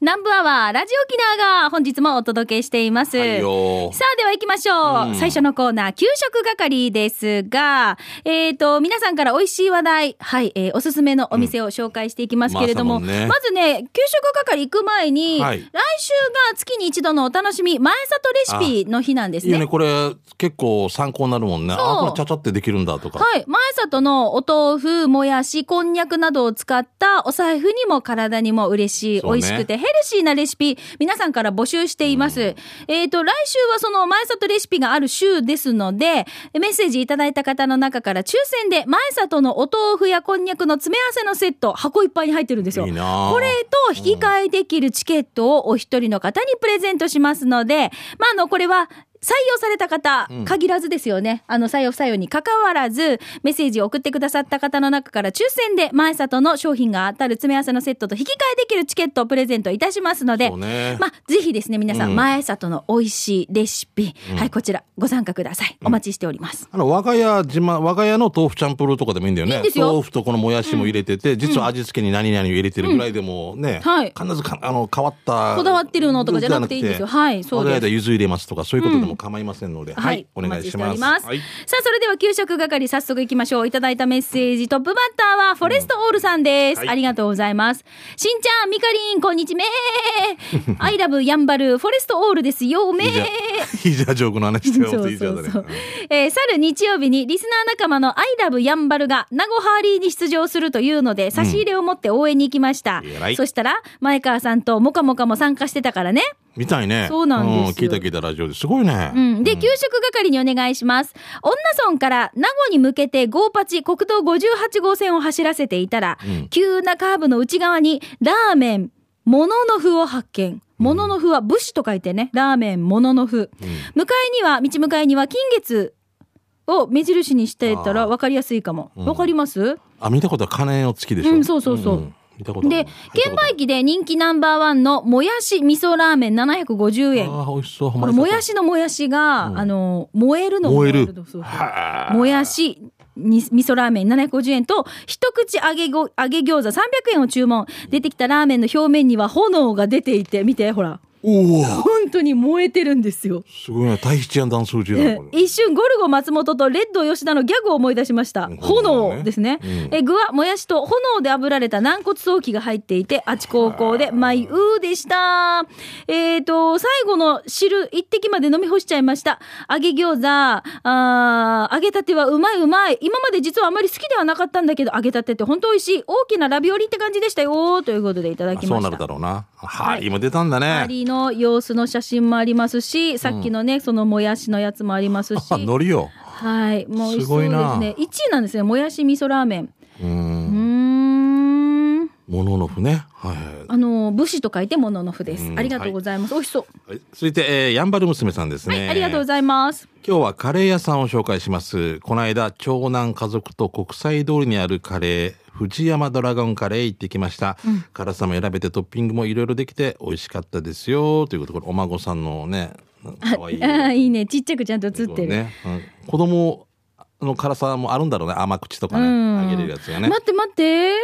南部アワーラジオ沖縄が本日もお届けしています。はいよさあ、では行きましょう。うん最初のコーナー、給食係ですが、えっ、と、皆さんから美味しい話題、はい、えーおすすめのお店を紹介していきますけれども、うんまあそうだもんねまずね、給食係行く前に、はい来週が月に一度のお楽しみ、前里レシピの日なんですいいよねね、。これ、結構参考になるもんね。そうあ、これちゃちゃってできるんだとか。はい。前里のお豆腐、もやし、こんにゃくなどを使ったお財布にも体にも嬉しい、そうね美味しくてヘルシーなレシピ、皆さんから募集しています。えっ、と、来週はその前里レシピがある週ですので、メッセージいただいた方の中から抽選で前里のお豆腐やこんにゃくの詰め合わせのセット、箱いっぱいに入ってるんですよ。いいなあこれと引き換えできるチケットをお一人の方にプレゼントしますので、まあ、あの、これは、採用された方、うん限らずですよね。あの、採用不採用に関わらず、メッセージを送ってくださった方の中から抽選で、前里の商品が当たる詰め合わせのセットと引き換えできるチケットをプレゼントいたしますのでそう、ね。まあ、ぜひですね、皆さん、うん前里の美味しいレシピ、はい、こちら、ご参加ください。お待ちしております。あの、我が家自慢、我が家の豆腐チャンプルーとかでもいいんだよね。いいんですよ豆腐とこのもやしも入れてて、実は味付けに何々を入れてるぐらいでもね、うんはい必ずか、あの、変わった。こだわってるのとかじゃなくていいんですよじゃなくはていそうです我が家で柚子入れますとか、そういうことでも構いませんので、ははいい、お願いしお待ちしておまりす。ますはい。さあ、それでは給食係早速いきましょう。いただいたメッセージ、トップバッターはフォレストオールさんです。はいありがとうございます。しんちゃん、みかりん、こんにちめ アイラブヤンバル、フォレストオールですよ、めいいじゃん、い いじゃん、ジョークの話してよ、そうそうそういいじゃん、ね。えー去る日曜日にリスナー仲間のアイラブヤンバルが名護ハーリーに出場するというので差し入れを持って応援に行きました、うん偉いそしたら前川さんとモカモカも参加してたからねみたいね。そうなんですよ聞いた聞いたラジオですごいね。うん。で、給食係にお願いします。女村から名護に向けてゴーパチ国道58号線を走らせていたら、うん急なカーブの内側にラーメン、もののふを発見。もののふは武士と書いてね。ラーメン、もののふ。向かいには、道向かいには金月を目印にしてたらあー分かりやすいかも。うん分かりますあ、見たことは金の月でしょ。うんそうそうそうん見たことあるで、券売機で人気ナンバーワンのもやし味噌ラーメン750円。ああ、美味しそう。これもやしのもやしが、うんあの燃えるの燃えるそうそうはあもやしに味噌ラーメン750円と一口揚げご揚げ餃子300円を注文出てきたラーメンの表面には炎が出ていて見てほらおお本当に燃えてるんですよすごいね。大七やダンス中だえこれ一瞬ゴルゴ松本とレッド吉田のギャグを思い出しましたうん炎ですね、うんえ具はもやしと炎で炙られた軟骨臓器が入っていてあち高校でマイウーでしたえっ、と最後の汁一滴まで飲み干しちゃいました揚げ餃子あー揚げたてはうまいうまい今まで実はあまり好きではなかったんだけど揚げたてって本当美味しい大きなラビオリって感じでしたよということでいただあきそまうなしるただろうな。ははいい、今出たんだ周ね。りの様子の写真もありますし、さっきのね、そのもやしのやつもありますし、あ、 海苔よ。はい、もう美味しすそうごでいすなね。1位なんですね、もやし味噌ラーメン。ううーん。ん。もののふね。はいはあの、武士と書いてもののふです。うんありがとうございます。美味しそう。いはい。続いて、えーやんばる娘さんですはい、ね。ありがとうございます。今日はカレー屋さんを紹介します。この間、長男家族と国際通りにあるカレー、藤山ドラゴンカレー行ってきました。辛さも選べてトッピングもいろいろできて美味しかったですよ。ということで、これお孫さんのね、 かわいい。ああ、 いいね。ちっちゃくちゃんと写ってる。ねうん子供の辛さもあるんだろうね。甘口とかね。うんあげれるやつがね。待って待って。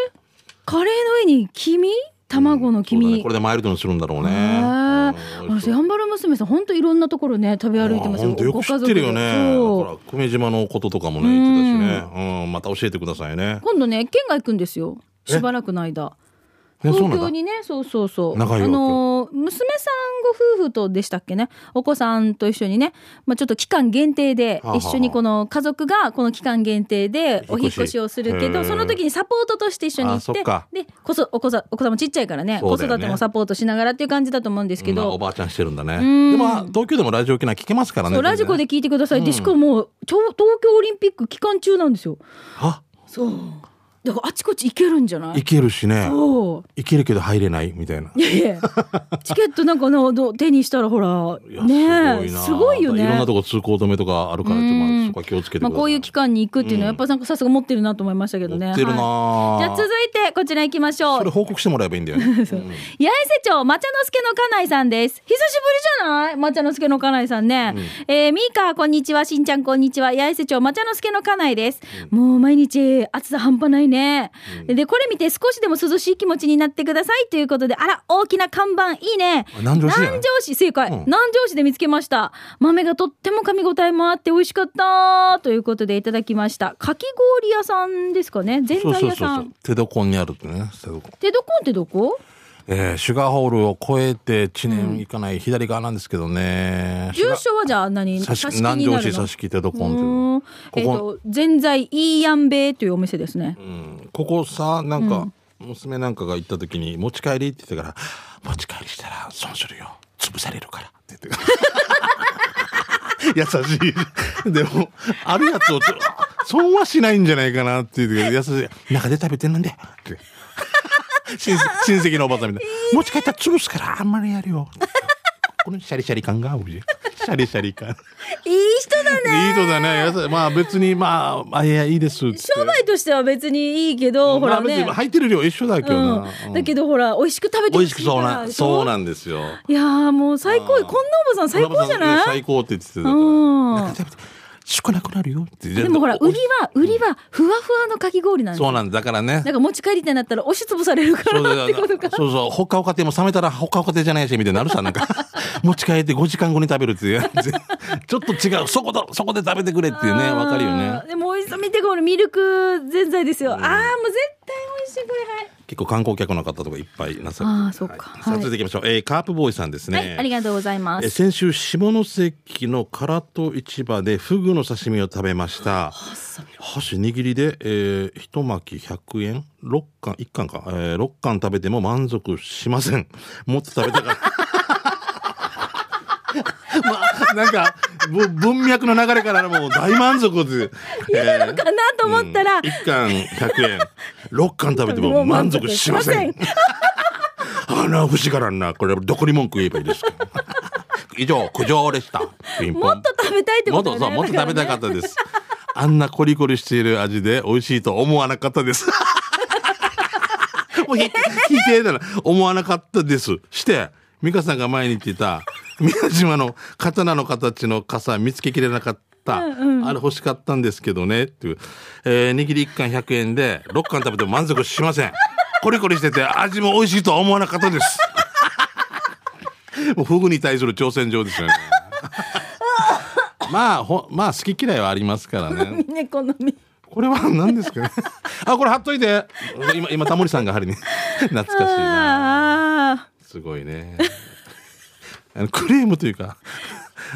カレーの上に黄身卵の黄そうだね身。これでマイルドにするんだろうね。へえあうんの、ヤンバル娘さん、本当いろんなところね、食べ歩いてますあよ。ほんとよく知ってるよね。そうだから久米島のこととかもね、言ってたしね。うん、また教えてくださいね。今度ね県外行くんですよえしばらくの間東ねそうなんだ京にねそうそうそう長いよあのー娘さんご夫婦とでしたっけねお子さんと一緒にね、まあ、ちょっと期間限定ではあはあ一緒にこの家族がこの期間限定でおお引っ越引っ越ししをするけへどえその時にサポートとして一緒に行あそっってかでこそお子さんお子さんもちっちゃいからねそ子うだよね育てもサポートしながらっていう感じだと思うんですけうんまあどお。ばあちゃんしてるんだね。んでもまあ東京でもラジオ機能聞けますからね。そうラジコで全聞然ね。いてください、でうんしかもちょ東京オリンピック期間中なんですよあ、そうだからあちこち行けるんじゃない行けるしね。そう行けるけど入れないみたいな。いやいやチケットなんかのど手にしたらほらいやねえなすごいよねいろんなとこ通行止めとかあるからちょっとまあそこは気をつけてくまださあ、い。こういう期間に行くっていうのはやうっんぱなんかさすが持ってるなと思いましたけどね持ってるなはいあ。じゃあ続いてこちら行きましょそうれ報告してもらえばいいんだよ ね。うん八重瀬町抹茶之助の家内さんです久しぶりじゃない抹茶之助の家内さんね、えー、ミーカーこんにちはしんちゃんこんにちは八重瀬町抹茶之助の家内です、もう毎日暑さ半端ないね、でこれ見て少しでも涼しい気持ちになってくださいということであら大きな看板いいねあ南城市じゃない南城市正解、うん南城市で見つけました豆がとっても噛み応えもあって美味しかったということでいただきましたかき氷屋さんですかね全そう体そう屋そうさそんう手床にあるってね手床手どこんってどこえー、シュガーホールを越えて知念行かない左側なんですけどね、住所はじゃあ何差差しし木になる南の城市差し木手どこんっていううーんえっ、、ことぜんざいいいやんべーというお店ですね。うんここさなんか、娘なんかが行った時に持ち帰りって言ってたから持ち帰りしたら損するよ潰されるからって言って優しいでもあるやつをちょ損はしないんじゃないかなっていう優しい中で食べてなんでって親親戚のおばさんみたいな持ち帰ったら潰すからあんまりやるよこのシャリシャリ感が美味しいシャリシャリ感いいいい人だね。人だね優しいまあ別にまああいやいいですっつって商売としては別にいいけど、ほまあら別ねに。入ってる量一緒だけどな、うん、だけどほら美味しく食べて美ほ味ししくいかそうらなそうでしなんですよょいやーもう最高こんうなんおばさん最高じゃねない最高って言ってたからうんなんか食べて少なくなるよってでもほらお売りは売りはふわふわのかき氷なんですそうなんだだからなねんか持ち帰りたいなったら押しつぶされるかそうらだってことかそうそうほっかほかっても冷めたらほっかほかてじゃないしみたいになる さなんか持ち帰って5時間後に食べるっていう ちょっと違うそこだそこで食べてくれっていうねわかるよあねーでも美味しそう見てこれミルクぜんざいですよ、ああもう絶対美味しいこれはい結構観光客の方とかいっぱいなさるあーそっかはいはさあい続いていきましょう、えーカープボーイさんですね、はい、ありがとうございまえす。先週下関の唐戸市場でフグの刺身を食べました箸握りで、えー、一巻き100円6貫1貫か、えー、6貫食べても満足しません もっと食べたから まあ、なんかぶ文脈の流れからもう大満足です、えーかなと思ったら、うん1貫100円6貫食べても満足しませんもう満足し鼻不死からんなこれどこに文句言えばいいですか 以上苦情でしたピンポンもっと食べたいってもことっとよそうね。もっと食べたかだったですあんなコリコリしている味で美味しいと思わなかったですもうひ否定だな思わなかったですして美香さんが前に言ってた宮島の刀の形の傘見つけきれなかった、あれ欲しかったんですけどねっていう、えー握り1貫100円で6貫食べても満足しませんコリコリしてて味も美味しいとは思わなかったです もうフグに対する挑戦状ですよねまあ、ほ、まあ、好き嫌いはありますからね。からね。猫のみ。これは何ですかね。あ、これ貼っといて。今、今、タモリさんが貼りに。 懐かしいな。ああ。すごいね。あのクレームというか。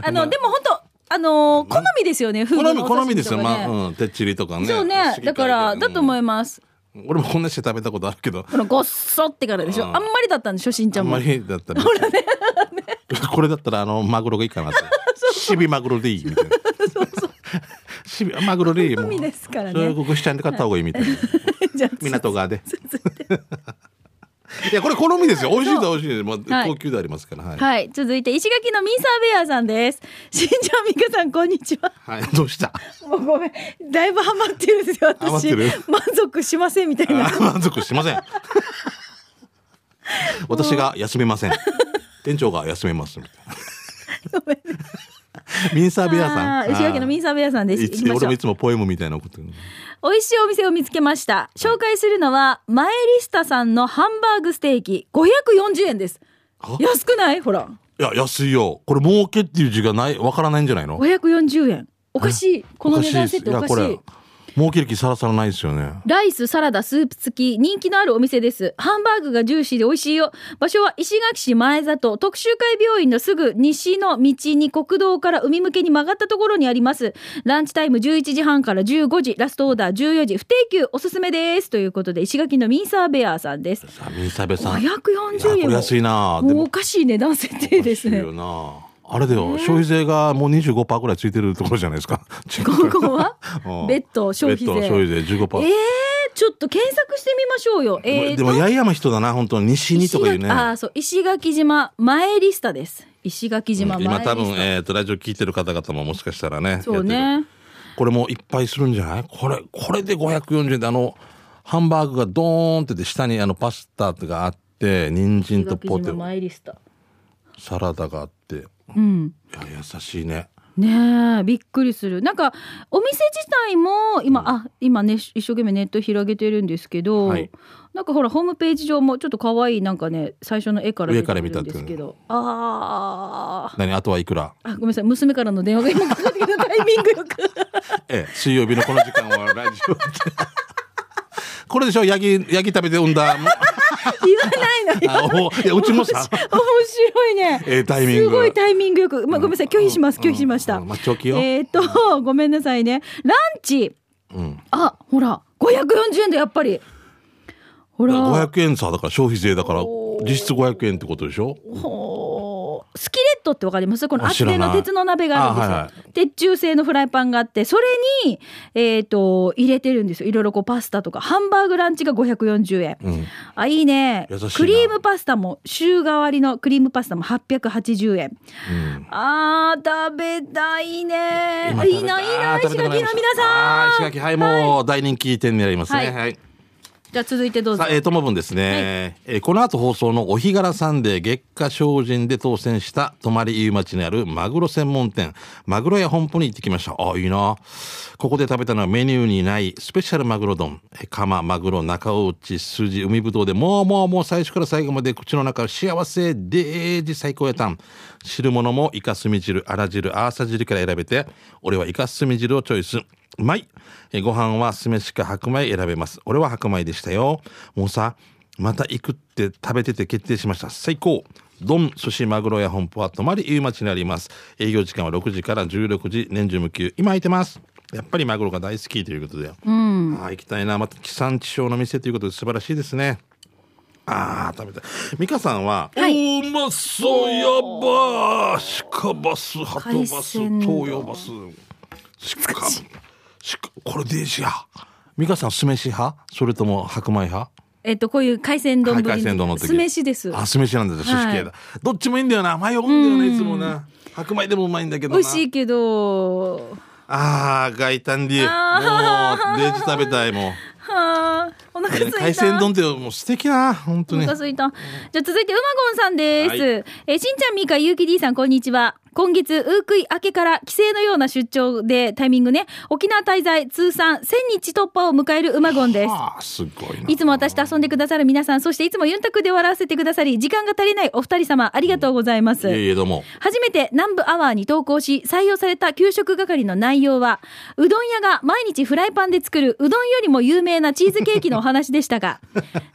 あの、でも本当あのー好みですよね、風好み、味好みですよ。まあ、あ。うん、てっちりとかね。そうね。だから、だと思いいます。俺もこんなして食べたことあるけど。このごっそってからでしょ。うあんんまりだったんでしょ、しんちあゃんんも。まりだったら。これだったら、あの、マグロがいい かなって。シビマグロでいいみたいな。 シビ、マグロでいい。もう好みですからねそれをここしちゃんで買った方がいいみ たいな。 じゃあ港川で。いやこれ好みですよ。美味しいと美味しいです。まあはい高級でありますから。は い。はい。続いて、石垣のミンサーベアさんです。しんちゃん、みかさん、こんにちは。はい。どうした？もうごめん。だいぶハマってるんですよ、ハマって私る。満足しません、みたいな。あ 満足し ません。私が休めません。店長が休めますみたい ごめんねな。ミンサーベアさあん。ー石垣のミンサーベアさんです。い行つきまし俺ょもうい。つもポエムみたいなこと言うの。美味しいお店を見つけました。紹介するのは、マエリスタさんのハンバーグステーキ、540円ですあ。安くないほら。いや安いよ。これ儲けっていう字がないわからないんじゃないの？ 540円。おかしい。この値段おかしい設で定すおかしいやいこ。れ儲ける気さらさらないですよね。ライス、サラダ、スープ付き、人気のあるお店です。ハンバーグがジューシーで美味しいよ。場所は石垣市前里、特集会病院のすぐ西の道に国道から海向けに曲がったところにあります。ランチタイム11時半から15時、ラストオーダー14時、不定休おすすめです。ということで、石垣のミンサーベアーさんです。さあミンサーベアさん。いや540こ円れも。安いな。でももうおかしい値段設定ですね よ。な。あれだよ、消費税がもう25%ぐらいついてるところじゃないで すか。違うここはうん別途消費税。別途消費税え15%。ー、ちょっと検索してみましょうよ。えーと、でも八重山人だな本当に西にとかいうね石垣あーそう石垣島前リスタです。石垣島前リ今スタ。多分、えー、とラジオ聞いてる方々ももしかしたらねそうやってるね。これもういっぱいするんじゃないこれこれで540円であのハンバーグがドーンってで下にあのパスタがあって人参石と垣ポテ島ト前リスタ。サラダがあっていうん。や優しいねねえびっくりするなんかお店自体も今、うんあ今ね一生懸命ネット広げてるんですけど、はいなんかほらホームページ上もちょっと可愛いなんかね最初の絵から出てくるんですけ上から見たっていどあー何あとはいくらあごめんなさい娘からの電話が今かかってきたタイミングよく ええ、水曜日のこの時間 はラジオでこれでしょヤギヤギ食べて産んだ言わないのよあおいやうちもさ面白いねええタイミングすごいタイミングよく、まあ、ごめんなさい拒否します拒否しました、うんまあ長期よ、えーっとごめんなさいねランチうん、あほら540円だやっぱりほら500円さだから消費税だからおー実質500円ってことでしょほースキレットってわかりますこのあ厚知ら手ないの鉄の鍋があるんですよ、あはいは鉄柱製のフライパンがあってそれに、えー、と入れてるんですよいろいろこうパスタとかハンバーグランチが540円、うんあいいね優しいなクリームパスタも週替わりのクリームパスタも880円うんあー食べたいね今食べたいいないいなあー石垣食べたくのなり皆ましたあー石さん垣はいもう大人気店になりますはねいはいじゃあ続いてどうぞさあ、えー、ともぶんですね、えーこの後放送のお日柄サンデー月下精進で当選した泊まり湯町にあるマグロ専門店、マグロ屋本舗に行ってきました。あ、いいな。ここで食べたのはメニューにないスペシャルマグロ丼。えーカマ、マグロ、中落ち、スジ、海ぶどうでもうもうもう最初から最後まで口の中幸せデージ最高やたん。汁物もイカスミ汁、あら汁、アーサ汁から選べて、俺はイカスミ汁をチョイス。うまいえご飯は酢飯か白米選べます俺は白米でしたよもうさまた行くって食べてて決定しました最高丼寿司マグロや本舗は泊まり夕町にあります営業時間は6時から16時年中無休今空いてますやっぱりマグロが大好きということで、ああ行きたいなまた地産地消の店ということで素晴らしいですねあー食べたい美香さんは、はうまそうやばー鹿バスハトバ海ス鮮丼東洋バス鹿鹿これデージや美香さん酢飯派それとも白米派えっとこういう海鮮丼ぶはいり海鮮丼のの時酢飯ですあ酢飯なんだよ寿司系だ、はどっちもいいんだよな迷うんだよねいつもな白米でもうまいんだけど美な味しいけどあー外炭でもうデあーージ食べたいもはあお腹すいうた海鮮丼ってもう素敵な本お当に腹すいた。じゃあ続いて、うまごんさんです。はいえーしんちゃん、みーか、ゆうき D さん、こんにちは。今月、ウークイ明けから帰省のような出張でタイミングね、沖縄滞在通算1000日突破を迎えるうまごんです。あーすごいないつも私と遊んでくださる皆さん、そしていつもユンタクで笑わせてくださり、時間が足りないお二人様、ありがとうございます。いえいえどうも初めて南部アワーに投稿し採用された給食係の内容はうどん屋が毎日フライパンで作るうどんよりも有名なチーズケーキのお話でした が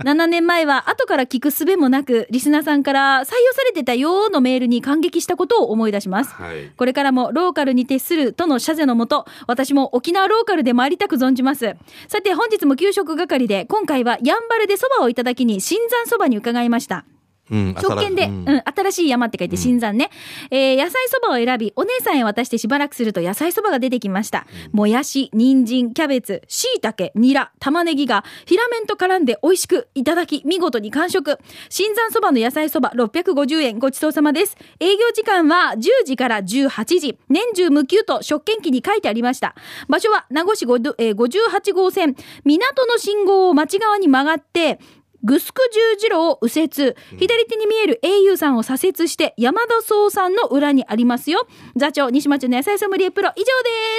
7年前は後から聞く術もなくリスナーさんから採用されてたよーのメールに感激したことを思い出しますはいこれからもローカルに徹するとの謝罪のもと、私も沖縄ローカルで参りたく存じます。さて本日も給食係で、今回はやんばるでそばをいただきに新山そばに伺いました。うん朝証ラ券で、ううんん、新しい山って書いて新山ね、えー野菜そばを選びお姉さんへ渡してしばらくすると野菜そばが出てきました、もやし人参キャベツしいたけニラ玉ねぎが平麺と絡んで美味しくいただき見事に完食新山そばの野菜そば650円ごちそうさまです営業時間は10時から18時年中無休と食券機に書いてありました場所は名護市ごどえー58号線港の信号を町側に曲がってグスク十字路を右折、左手に見える au さんを左折して、山田総さんの裏にありますよ。座長、西町の野菜ソムリエプロ、以上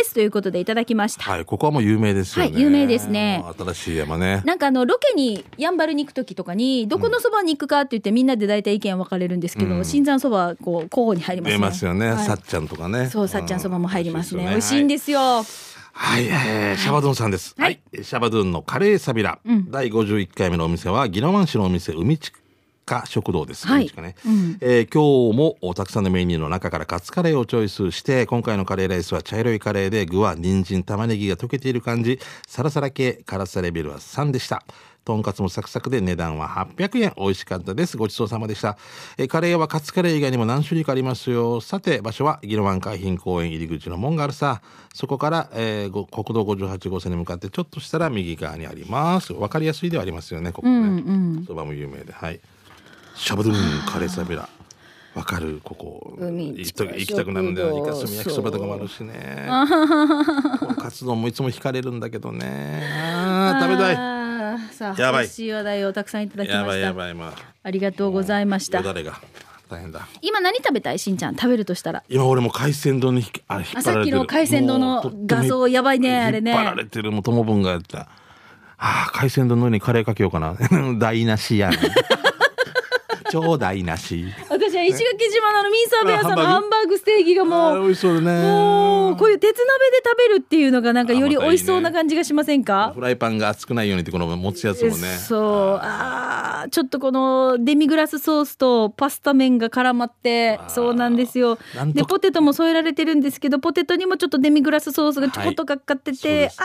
ですということでいただきました。はいここはもう有名ですよねはい有名ですね新しい山ねなんかあの、ロケに、やんばるに行く時とかに、どこのそばに行くかって言ってみんなで大体意見分かれるんですけど、新山そば、こう、候補に入ります出ますよね、はいさっちゃんとかねそう、さっちゃんそばも入りますね。う美味しいんですよ。はい、えーシャバドゥンさんです。ははいい、シャバドゥンのカレーサビラ、第51回目のお店は、宜野湾市のお店、海地下食堂です。はい海地下ねえー今日もおたくさんのメニューの中からカツカレーをチョイスして、今回のカレーライスは茶色いカレーで、具は人参、玉ねぎが溶けている感じ、サラサラ系、辛さレベルは3でした。とんかつもサクサクで値段は800円。美味しかったです。ごちそうさまでした。えーカレーはカツカレー以外にも何種類かありますよ。さて、場所は宜野湾海浜公園入り口の門があるさ。そこから、えーご国道58号線に向かってちょっとしたら右側にあります。わかりやすいではありますよね、ここね。そばも有名で。はい。シャバドゥンカレーサビラ。わかるここ海行きた行きたくなるんだよイ食堂カスミ焼きそばとかもあるしねカツ丼もいつも惹かれるんだけどねあー食べたいあーさあ、やばい美味しい話題をたくさんいただきまやばいしやた。ばい今ありがとうございましよた。だれが大変だ今何食べたいしんちゃん食べるとしたら今俺も海鮮丼に引きあれ引っ張られてるさっきの海鮮丼のもうとっても画像やばいねあれね引っ張られてるもう友分がやったあー海鮮丼の上にカレーかけようかな 台無 しやん超台無し私は石垣島のあのミンサーベアさんのあハンバハンバーグーグステーキがあーも美味しそうだうねもうこういう鉄鍋で食べるっていうのがなんかよりあまた美味いいねしそうな感じがしませんかフライパンが熱くないようにってこの持つやつもねそうあーちょっとこのデミグラスソースとパスタ麺が絡まってあーそうなんですよなんとでかポテトも添えられてるんですけどポテトにもちょっとデミグラスソースがちょこっとかかってそうて、です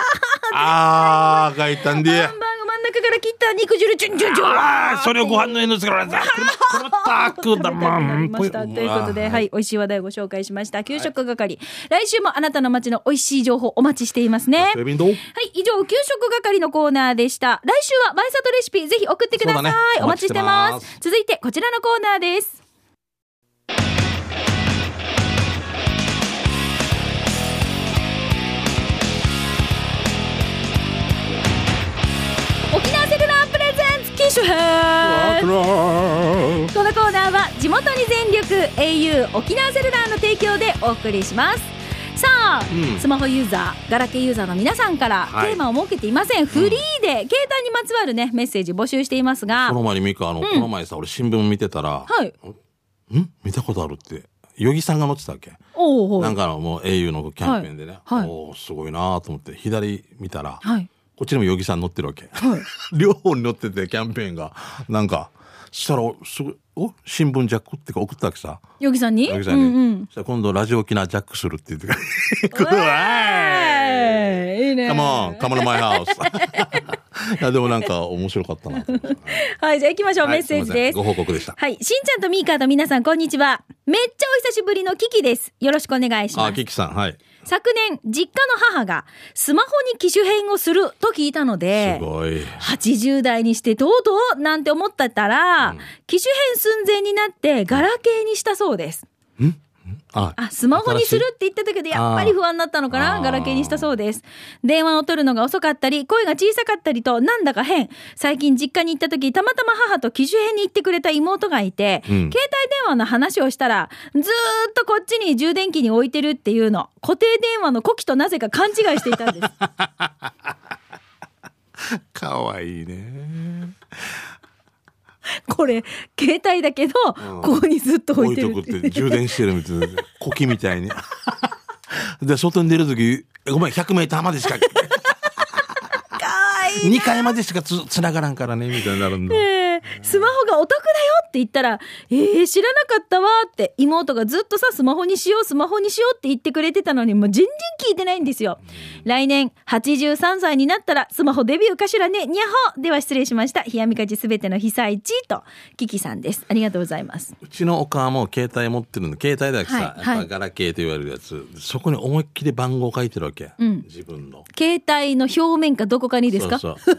あー書いたんでハンバーグ真ん中から切った肉汁チュンチュンチュンあーそれをご飯の上に乗せかられたこれったくだ食べたまくなりんましたということで、はい、美味しい話題をご紹介しました。給食係、来週もあなたの街の美味しい情報お待ちしていますね。ウェビンドはい、以上、給食係のコーナーでした。来週は、前里レシピ、ぜひ送ってくださそい。うだねお待ちしてます。お待ちしてま続いて、こちらのコーナーです。沖縄セルラープレゼンツ、機種編このコーナーは地元に全力 au 沖縄セルラーの提供でお送りしますさあ、うんスマホユーザーガラケーユーザーの皆さんからはいテーマを設けていません、フリーで携帯にまつわるねメッセージ募集していますがこの前にミカあの、この前さ俺新聞見てたはらいん見たことあるってヨギさんが載ってたっけおうおうなんかあのもう au のキャンペーンでね、はいはいおーすごいなーと思って左見たら、はいこっちにもヨギさん乗ってるわけはい両方に乗っててキャンペーンがなんかしたらおすごいお新聞ジャックってか送ったわけさヨギさんにヨギさんに、うんうん そしたら今度ラジオ沖縄ジャックするって言ってから うわ怖いーいいねカモンカモンマイハウス いやでもなんか面白かっ たなと思ってはいじゃあ行きましょう、はいメッセージですいませんご報告でしたはい。しんちゃんとミーカーと皆さん、こんにちは。めっちゃお久しぶりのキキです。よろしくお願いしますあ。キキさんはい、昨年、実家の母がスマホに機種変をすると聞いたのですごい80代にしてとうとうなんて思ってたら、機種変寸前になってガラケーにしたそうです。ああ、スマホにするって言ってたけど、やっぱり不安だったのかあなーガラケーにしたそうです。電話を取るのが遅かったり、声が小さかったりと、なんだか変。最近実家に行った時、たまたま母と機種変に行ってくれた妹がいて、う携ん帯電話の話をしたら、ずーっとこっちに充電器に置いてるっていうの、固定電話の古希となぜか勘違いしていたん です。かわいいねこれ、携帯だけど、ここにずっと置置いいてとるくっっていうて 充電してるみたいな コキみたいにで外に出る時えごめん100メーターまでしか2回までしかつつながらんからねみたいになるんだえースマホがお得だよって言ったら、えー、知らなかったわーって、妹がずっとさ、スマホにしよう、スマホにしようって言ってくれてたのに、もう全然聞いてないんですよ。来年、83歳になったら、スマホデビューかしらね、にゃほでは失礼しました。冷やみかじすべての被災地と、キキさんです。ありがとうございます。うちのお母も携帯持ってるんで携帯だけさ、はいやっはぱいガラケーと言われるやつそこに思いっきり番号書いてるわけ、ん自分の携帯の表面かどこかにですかそうそう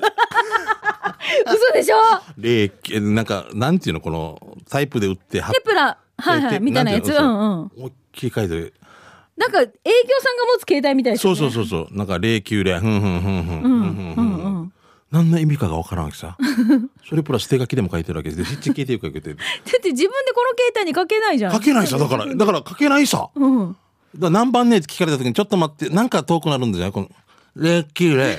嘘でしょ例えなんかなんていうのこのタイプで打ってはテプラ、はいはい、てみたいなやつ。んうていのんうん。そう思いっきり書いてるなんか、営業さんが持つ携帯みたいですそようねそうそうそう。なんか、霊柩霊、ふんふんふんふん。ふんふんふんふん何の意味かがわからんわ けさ。それプラス手書きでも書いてるわけで、実地系でよく書けてる。だって自分でこの携帯にかけないじゃん。書けないさ、だから、だから書けないさ。だかうん。ら何番ねって聞かれた時に、ちょっと待って、なんか遠くなるんじゃないこの、霊柩霊。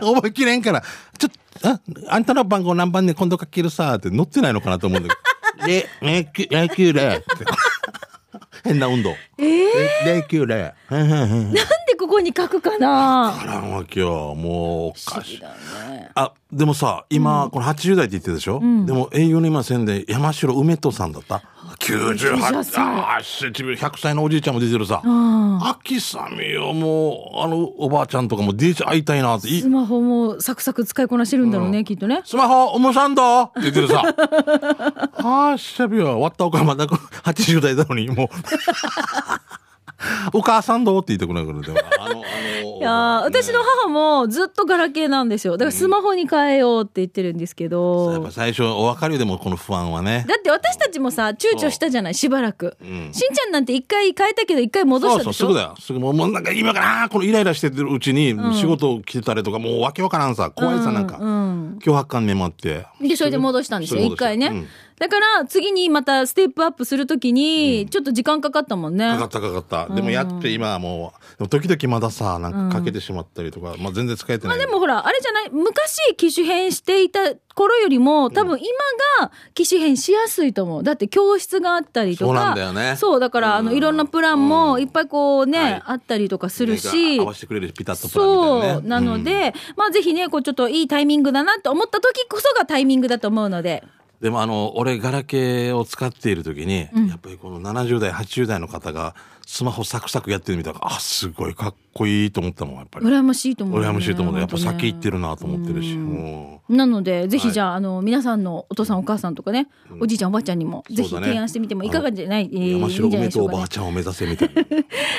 覚えきれんから、ちょっと、あ、あんたの番号何番ね、今度書けるさ、って載ってないのかなと思うんだけど。霊、霊柩霊柩霊。って 変な運動。霊柩霊。ふんふんふんふんなんでここに書くかなあらんわけよ。もう、おかしい。だね。あ、でもさ、今、この80代って言ってたでしょ、でも、営業の今せんで、山城梅人さんだった。 98 98歳。あーし自分100歳のおじいちゃんも出てるさ。秋さみよ、もう、あの、おばあちゃんとかも出て会いたいなって。いスマホもサクサク使いこなしてるんだろうね、きっとね。スマホ、おもさんだって言ってるさ。あーしゃべよ、終わったおかまだこ80代なのに、もう。 お母さんどうって言いたくなるからでもあのいやー私の母もずっとガラケーなんですよだからスマホに変えようって言ってるんですけど、やっぱ最初お分かるでもこの不安はねだって私たちもさ躊躇したじゃないしばらく、しんちゃんなんて一回変えたけど一回戻したそでうしそょうすぐだよすぐもうもうなんか今からあーこのイライラしてるうちに仕事来てたりとか、もうわけわからんさ怖いさなんか、うん脅迫感にもあってでそれで戻したんですよすぐ一戻した回ね、うんだから次にまたステップアップするときにちょっと時間かかったもんね、かかったかかった、でもやって今はもうでも時々まださなんかかけてしまったりとか、まあ、全然使えてまなあい、でもほらあれじゃない昔機種変していた頃よりも多分今が機種変しやすいと思うだって教室があったりとかそうなんだよねそうだからあのいろんなプランもいっぱいこうね、はいあったりとかするしなんか合わせてくれるピタッとプランみたいな、ね、そうなので、まあぜひねこうちょっといいタイミングだなと思った時こそがタイミングだと思うのででもあの俺ガラケーを使っている時に、やっぱりこの70代80代の方がスマホサクサクやってるみたいなあすごいかっこいいと思ったもんやっぱり羨ましいと思う、ね、羨ましいと思うねやっぱ本当ね先行ってるなと思ってるし、もなのでぜはひいじゃあ,、あの皆さんのお父さんお母さんとかね、おじいちゃんおばあちゃんにもぜひそうだね提案してみてもいかがじゃない、えうーいいん山じ城ゃない梅でしょうとおか、ばねあ、ちゃんを目指せみたい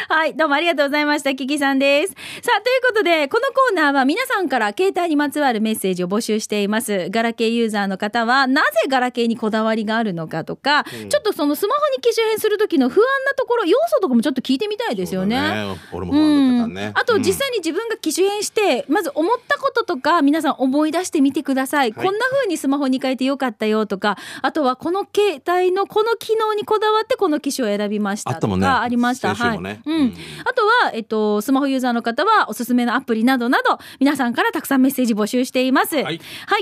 なはい、どうもありがとうございました。キキさんです。さあ、ということで、このコーナーは皆さんから携帯にまつわるメッセージを募集しています。ガラケーユーザーの方は、なぜガラケーにこだわりがあるのかとか、ちょっとそのスマホに機種変する時の不安なところ、要素とかもちょっと聞いてみたい ですよね。そうだ俺も不安だったからねあと実際に自分が機種変して、まず思ったこととか皆さん思い出してみてください、はいこんな風にスマホに変えてよかったよとかあとはこの携帯のこの機能にこだわってこの機種を選びましたあったともんねかありました先週もねはいうんうんあとは、えっと、スマホユーザーの方はおすすめのアプリなどなど皆さんからたくさんメッセージ募集していますはいい、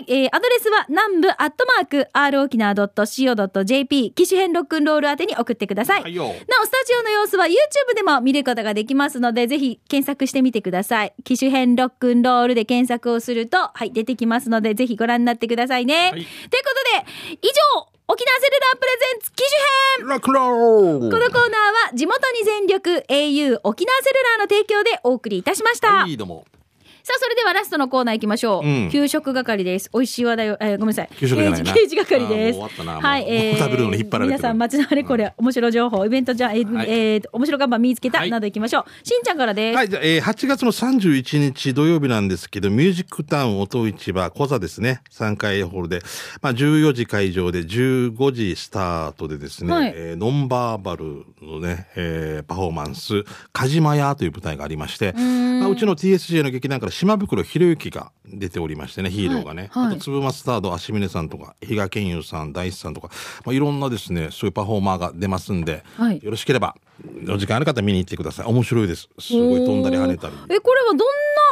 えーアドレスは南部アットマーク r 沖縄 .co.jp 機種変ロックンロール宛てに送ってください、はいよなお、スタジオの様子は YouTube でも見ることができますので、ぜひ検索してみてください。機種編ロックンロールで検索をすると、はい、出てきますので、ぜひご覧になってくださいね。はいということで、以上、沖縄セルラープレゼンツ機種編ロックンローこのルコーナーは地元に全力 au 沖縄セルラーの提供でお送りいたしました。はいどうもさあ、それではラストのコーナー行きましょう。うん給食係です。美味しい話題を、えーごめんなさい。給食じゃないな刑事刑事係です。あーもう終わったなもうはい、えー、食べるのに引っ張られてる皆さん、街のあれこれ、面白情報、イベントじゃ、えーはいえーと面白看板見つけた、はいなど行きましょう。しんちゃんからです。はい、じゃあ、えー8月の31日土曜日なんですけど、ミュージックタウン音市場、小座ですね、3階ホールで、まあ、14時会場で15時スタートでですね、はいえーノンバーバルのね、えーパフォーマンス、カジマヤという舞台がありまして、まあうちの TSJ の劇団から島袋博之が出ておりましてね、ヒーローがね、はいはいあと粒マスタード、足峰さんとか、比嘉健佑さん、大地さんとか、まあ、いろんなですね、そういうパフォーマーが出ますんで、はいよろしければ、お時間ある方見に行ってください。面白いです。すごい飛んだり跳ねたり。おーえ、これはどんな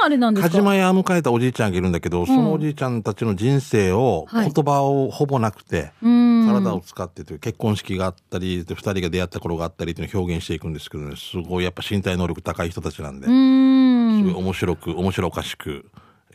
あれなんですカかジマヤを迎えたおじいちゃんがいるんだけど、そのおじいちゃんたちの人生を、はい言葉をほぼなくて、うん。体を使ってという結婚式があったり、で二人が出会った頃があったりというのを表現していくんですけどね、すごいやっぱ身体能力高い人たちなんで、うすーん。ごい面白く、面白おかしく、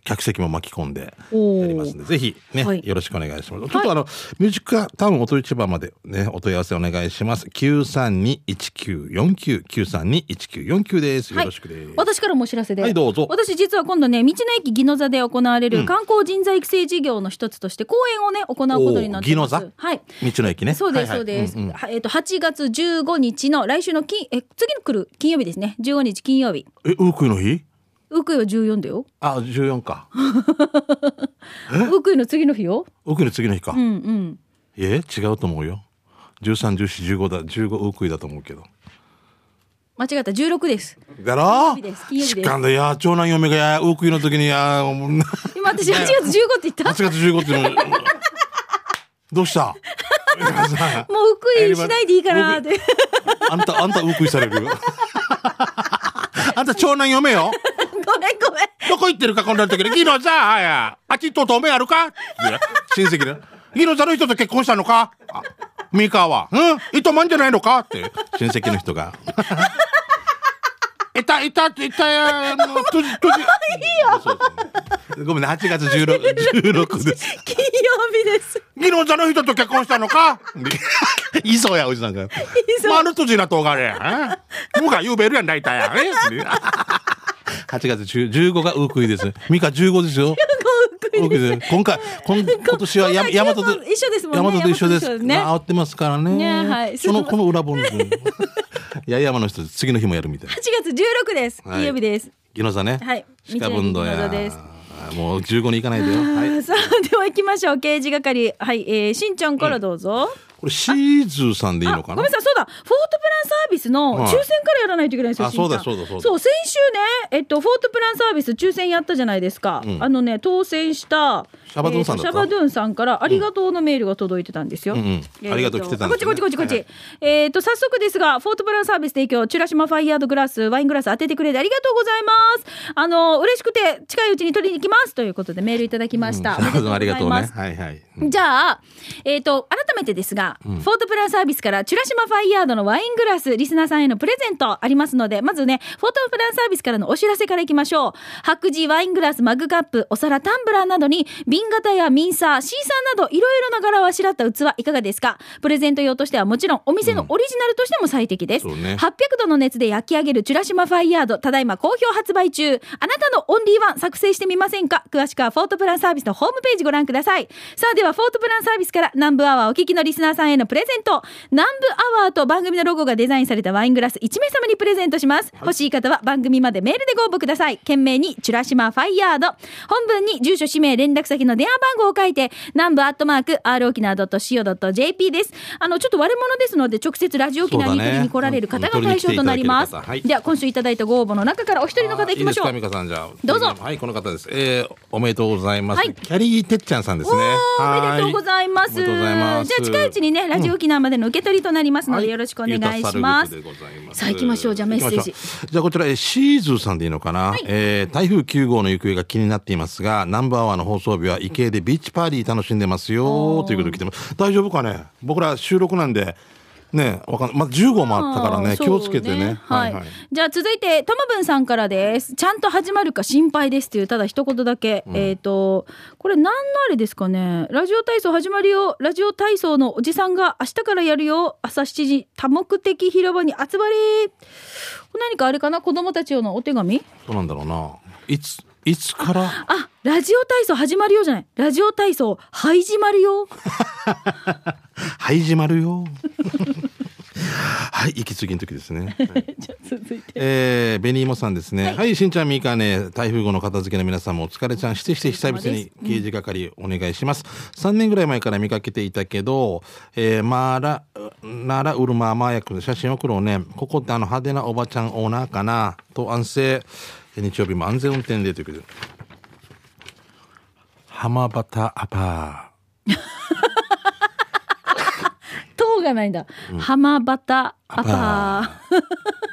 客席も巻き込んで、おーやりますんで、ぜひね、はいよろしくお願いします。ちょっとあの、ミュージックタウン音市場までね、お問い合わせお願いします。932-1949、932-1949です。よろしくです。私からもお知らせで。はいどうぞ私実は今度ね、道の駅宜野座で行われる観光人材育成事業の一つとして、講演をね、行うことになってます。おー宜野座はい。道の駅ね。そうです、はいはいそうです。んんはえっ、と、8月15日の来週の金、え、次の来る金曜日ですね。15日金曜日。え、ウークイの日ウクイは14だよ。あ、14か。ウクイの次の日よ。ウークイの次の日か。うんうん。え、違うと思うよ。13、14、15だ、15ウークイだと思うけど。間違った、16です。だろ金曜日です金曜日ですしかんだ、いや、長男嫁が、いや、ウークイの時に、いや、もうな今私8月15って言った8月15ってもう、どうしたもうウクイしないでいいかなって。あんた、あんた、うくいされるよ。 あんた、長男嫁ごよ。めんごめん。どこ行ってるか、こんな時に。ギノザあや。あちっと透明あるかいや親戚で。ギノザの人と結婚したのかあミカは。うん糸満じゃないのかって、親戚の人が。 いた、いた、いたや、もう、とじ、とじ。そうそうごめんね、8月16、16です。金曜日です。ギノザの人と結婚したのか いそうや、おじさんが。そうまあ、あのとじなとがれ。 えもがゆうべるやん、大体や。え8月10 15がウークイです。ミカ15ですよ。ウウーククイイです。です。今回、こん今年はや今ヤ回マトと、一緒ですもんねヤマトと一緒です。ヤマトと一緒ですねまあ、合ってますからね。ねはい その、この裏本です。八重山の人次の日もやるみたいな月16です。はい金曜日です。ギノザねはい鹿文道道やのですあーもう15に行かないでよ、はい、さあ、では行きましょう。刑事係。はい、えー、しんちゃんからどうぞ。これシーズーさんでいいあのごかめんななさい、そうだ、フォートプランサービスのは抽い選からやらないといけないんですよ、あしんちゃんそうだそうだそうだ先週ね、えっと、フォートプランサービス、抽選やったじゃないですか、うんあのね、当選したシャバドゥンさんだったえっとシャバドゥンさんから、ありがとうのメールが届いてたんですよ。うんうんありがとう来てたんこでっちすねこっちこっちこっち、はいえっと早速ですがフォートプランサービス提供チュラシマファイヤードグラスワイングラス当ててくれてありがとうございますあの嬉しくて近いうちに取りに行きますということでメールいただきました、シャバドゥンありがとうねおめではいはい、うんじゃあ、えっ、と、改めてですが、フォートプランサービスから、チュラシマファイヤードのワイングラス、リスナーさんへのプレゼントありますので、まずね、フォートプランサービスからのお知らせからいきましょう。白磁ワイングラス、マグカップ、お皿、タンブラーなどに、瓶型やミンサー、シーサーなど、いろいろな柄をあしらった器、いかがですかプレゼント用としてはもちろん、お店のオリジナルとしても最適です。そうね800度の熱で焼き上げるチュラシマファイヤード、ただいま好評発売中。あなたのオンリーワン作成してみませんか詳しくはフォートプランサービスのホームページご覧ください。さあでは、フォートプランサービスから南部アワーお聞きのリスナーさんへのプレゼント。南部アワーと番組のロゴがデザインされたワイングラス1名様にプレゼントします。欲しい方は番組までメールでご応募ください。件名にチュラシマファイヤード。本文に住所、氏名、連絡先の電話番号を書いて、南部アットマーク、r 沖縄 .co.jp です。あの、ちょっと悪者ですので、直接ラジオ沖縄に取りに来られる方が対象となります。そうだねうん取りに来ていただける方はいでは、今週いただいたご応募の中からお一人の方いきましょう。あいいですか美香さんじゃあどうぞはいこの方ですえー、おめでとうございます、はいキャリーてっちゃんさんですねおーおはめでとうございます。おめでとうございますじゃあ近いうちにね、ラジオ沖縄までの受け取りとなりますのはで、いよろしくお願いします。ユタサルグッズでございますさあ行きましょうじゃあメッセージ行きましょうじゃあこちらえーシーズーさんでいいのかな、えー台風9号の行方が気になっていますがナンバーワンの放送日は池江でビーチパーティー楽しんでますよということで来てます大丈夫かね僕ら収録なんでねわかんまあ、10号もあったからねあー気をつけてねそうはい、じゃあ続いてともぶんさんからですちゃんと始まるか心配ですというただ一言だけ、えっ、とこれ何のあれですかねラジオ体操始まるよラジオ体操のおじさんが明日からやるよ朝7時多目的広場に集まれ何かあれかな子供たち用のお手紙そうなんだろうないついつからあラジオ体操始まるよじゃないラジオ体操始まるよ始まるよ はい息継ぎの時です ね じゃあ続いてえー、ベニーモさんですね。はい、しんちゃん、みーかね、台風後の片付けの皆さんもお疲れちゃんしてして久々に刑事係お願いします。3年ぐらい前から見かけていたけど、えー、まら、ならうるままやく写真送ろうね。ここってあの派手なおばちゃんオーナーかな、と安静。えー日曜日も安全運転でということで。浜端アパ塔がないんだ、浜端アパーー。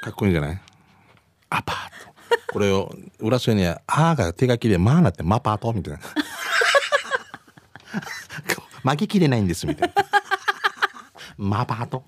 かっこいいんじゃないアパート。これを、裏添えに、あーが手書きで、まあなって、マパートみたいな。負けきれないんです、みたいな。マパート。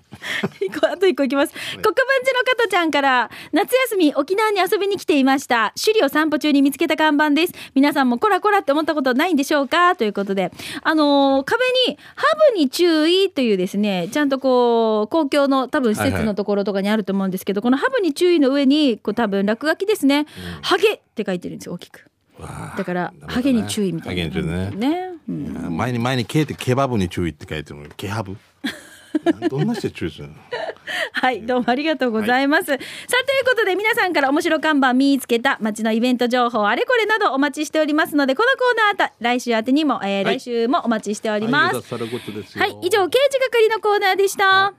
一個あと一個いきます。黒板寺の加藤ちゃんから、夏休み沖縄に遊びに来ていました。首里を散歩中に見つけた看板です。皆さんもコラコラって思ったことないんでしょうかということで、あのー壁に、ハブに注意というですね、ちゃんとこう、公共の多分施設のところとかにあると思うんですけど、このハブに注意の上に、こう多分落書きですね、ハゲって書いてるんですよ、大きく。だから、ハゲに注意みたいな。ハゲに注意ねね。うん前に前に、ケってケバブに注意って書いてるのに、ケハブ。なんどんな人注意するのはい、どうもありがとうございます。さあ、ということで皆さんから面白看板見つけた街のイベント情報あれこれなどお待ちしておりますので、このコーナーあた来週宛てにも、えーはい来週もお待ちしております。はい、はい、以上、刑事係のコーナーでした。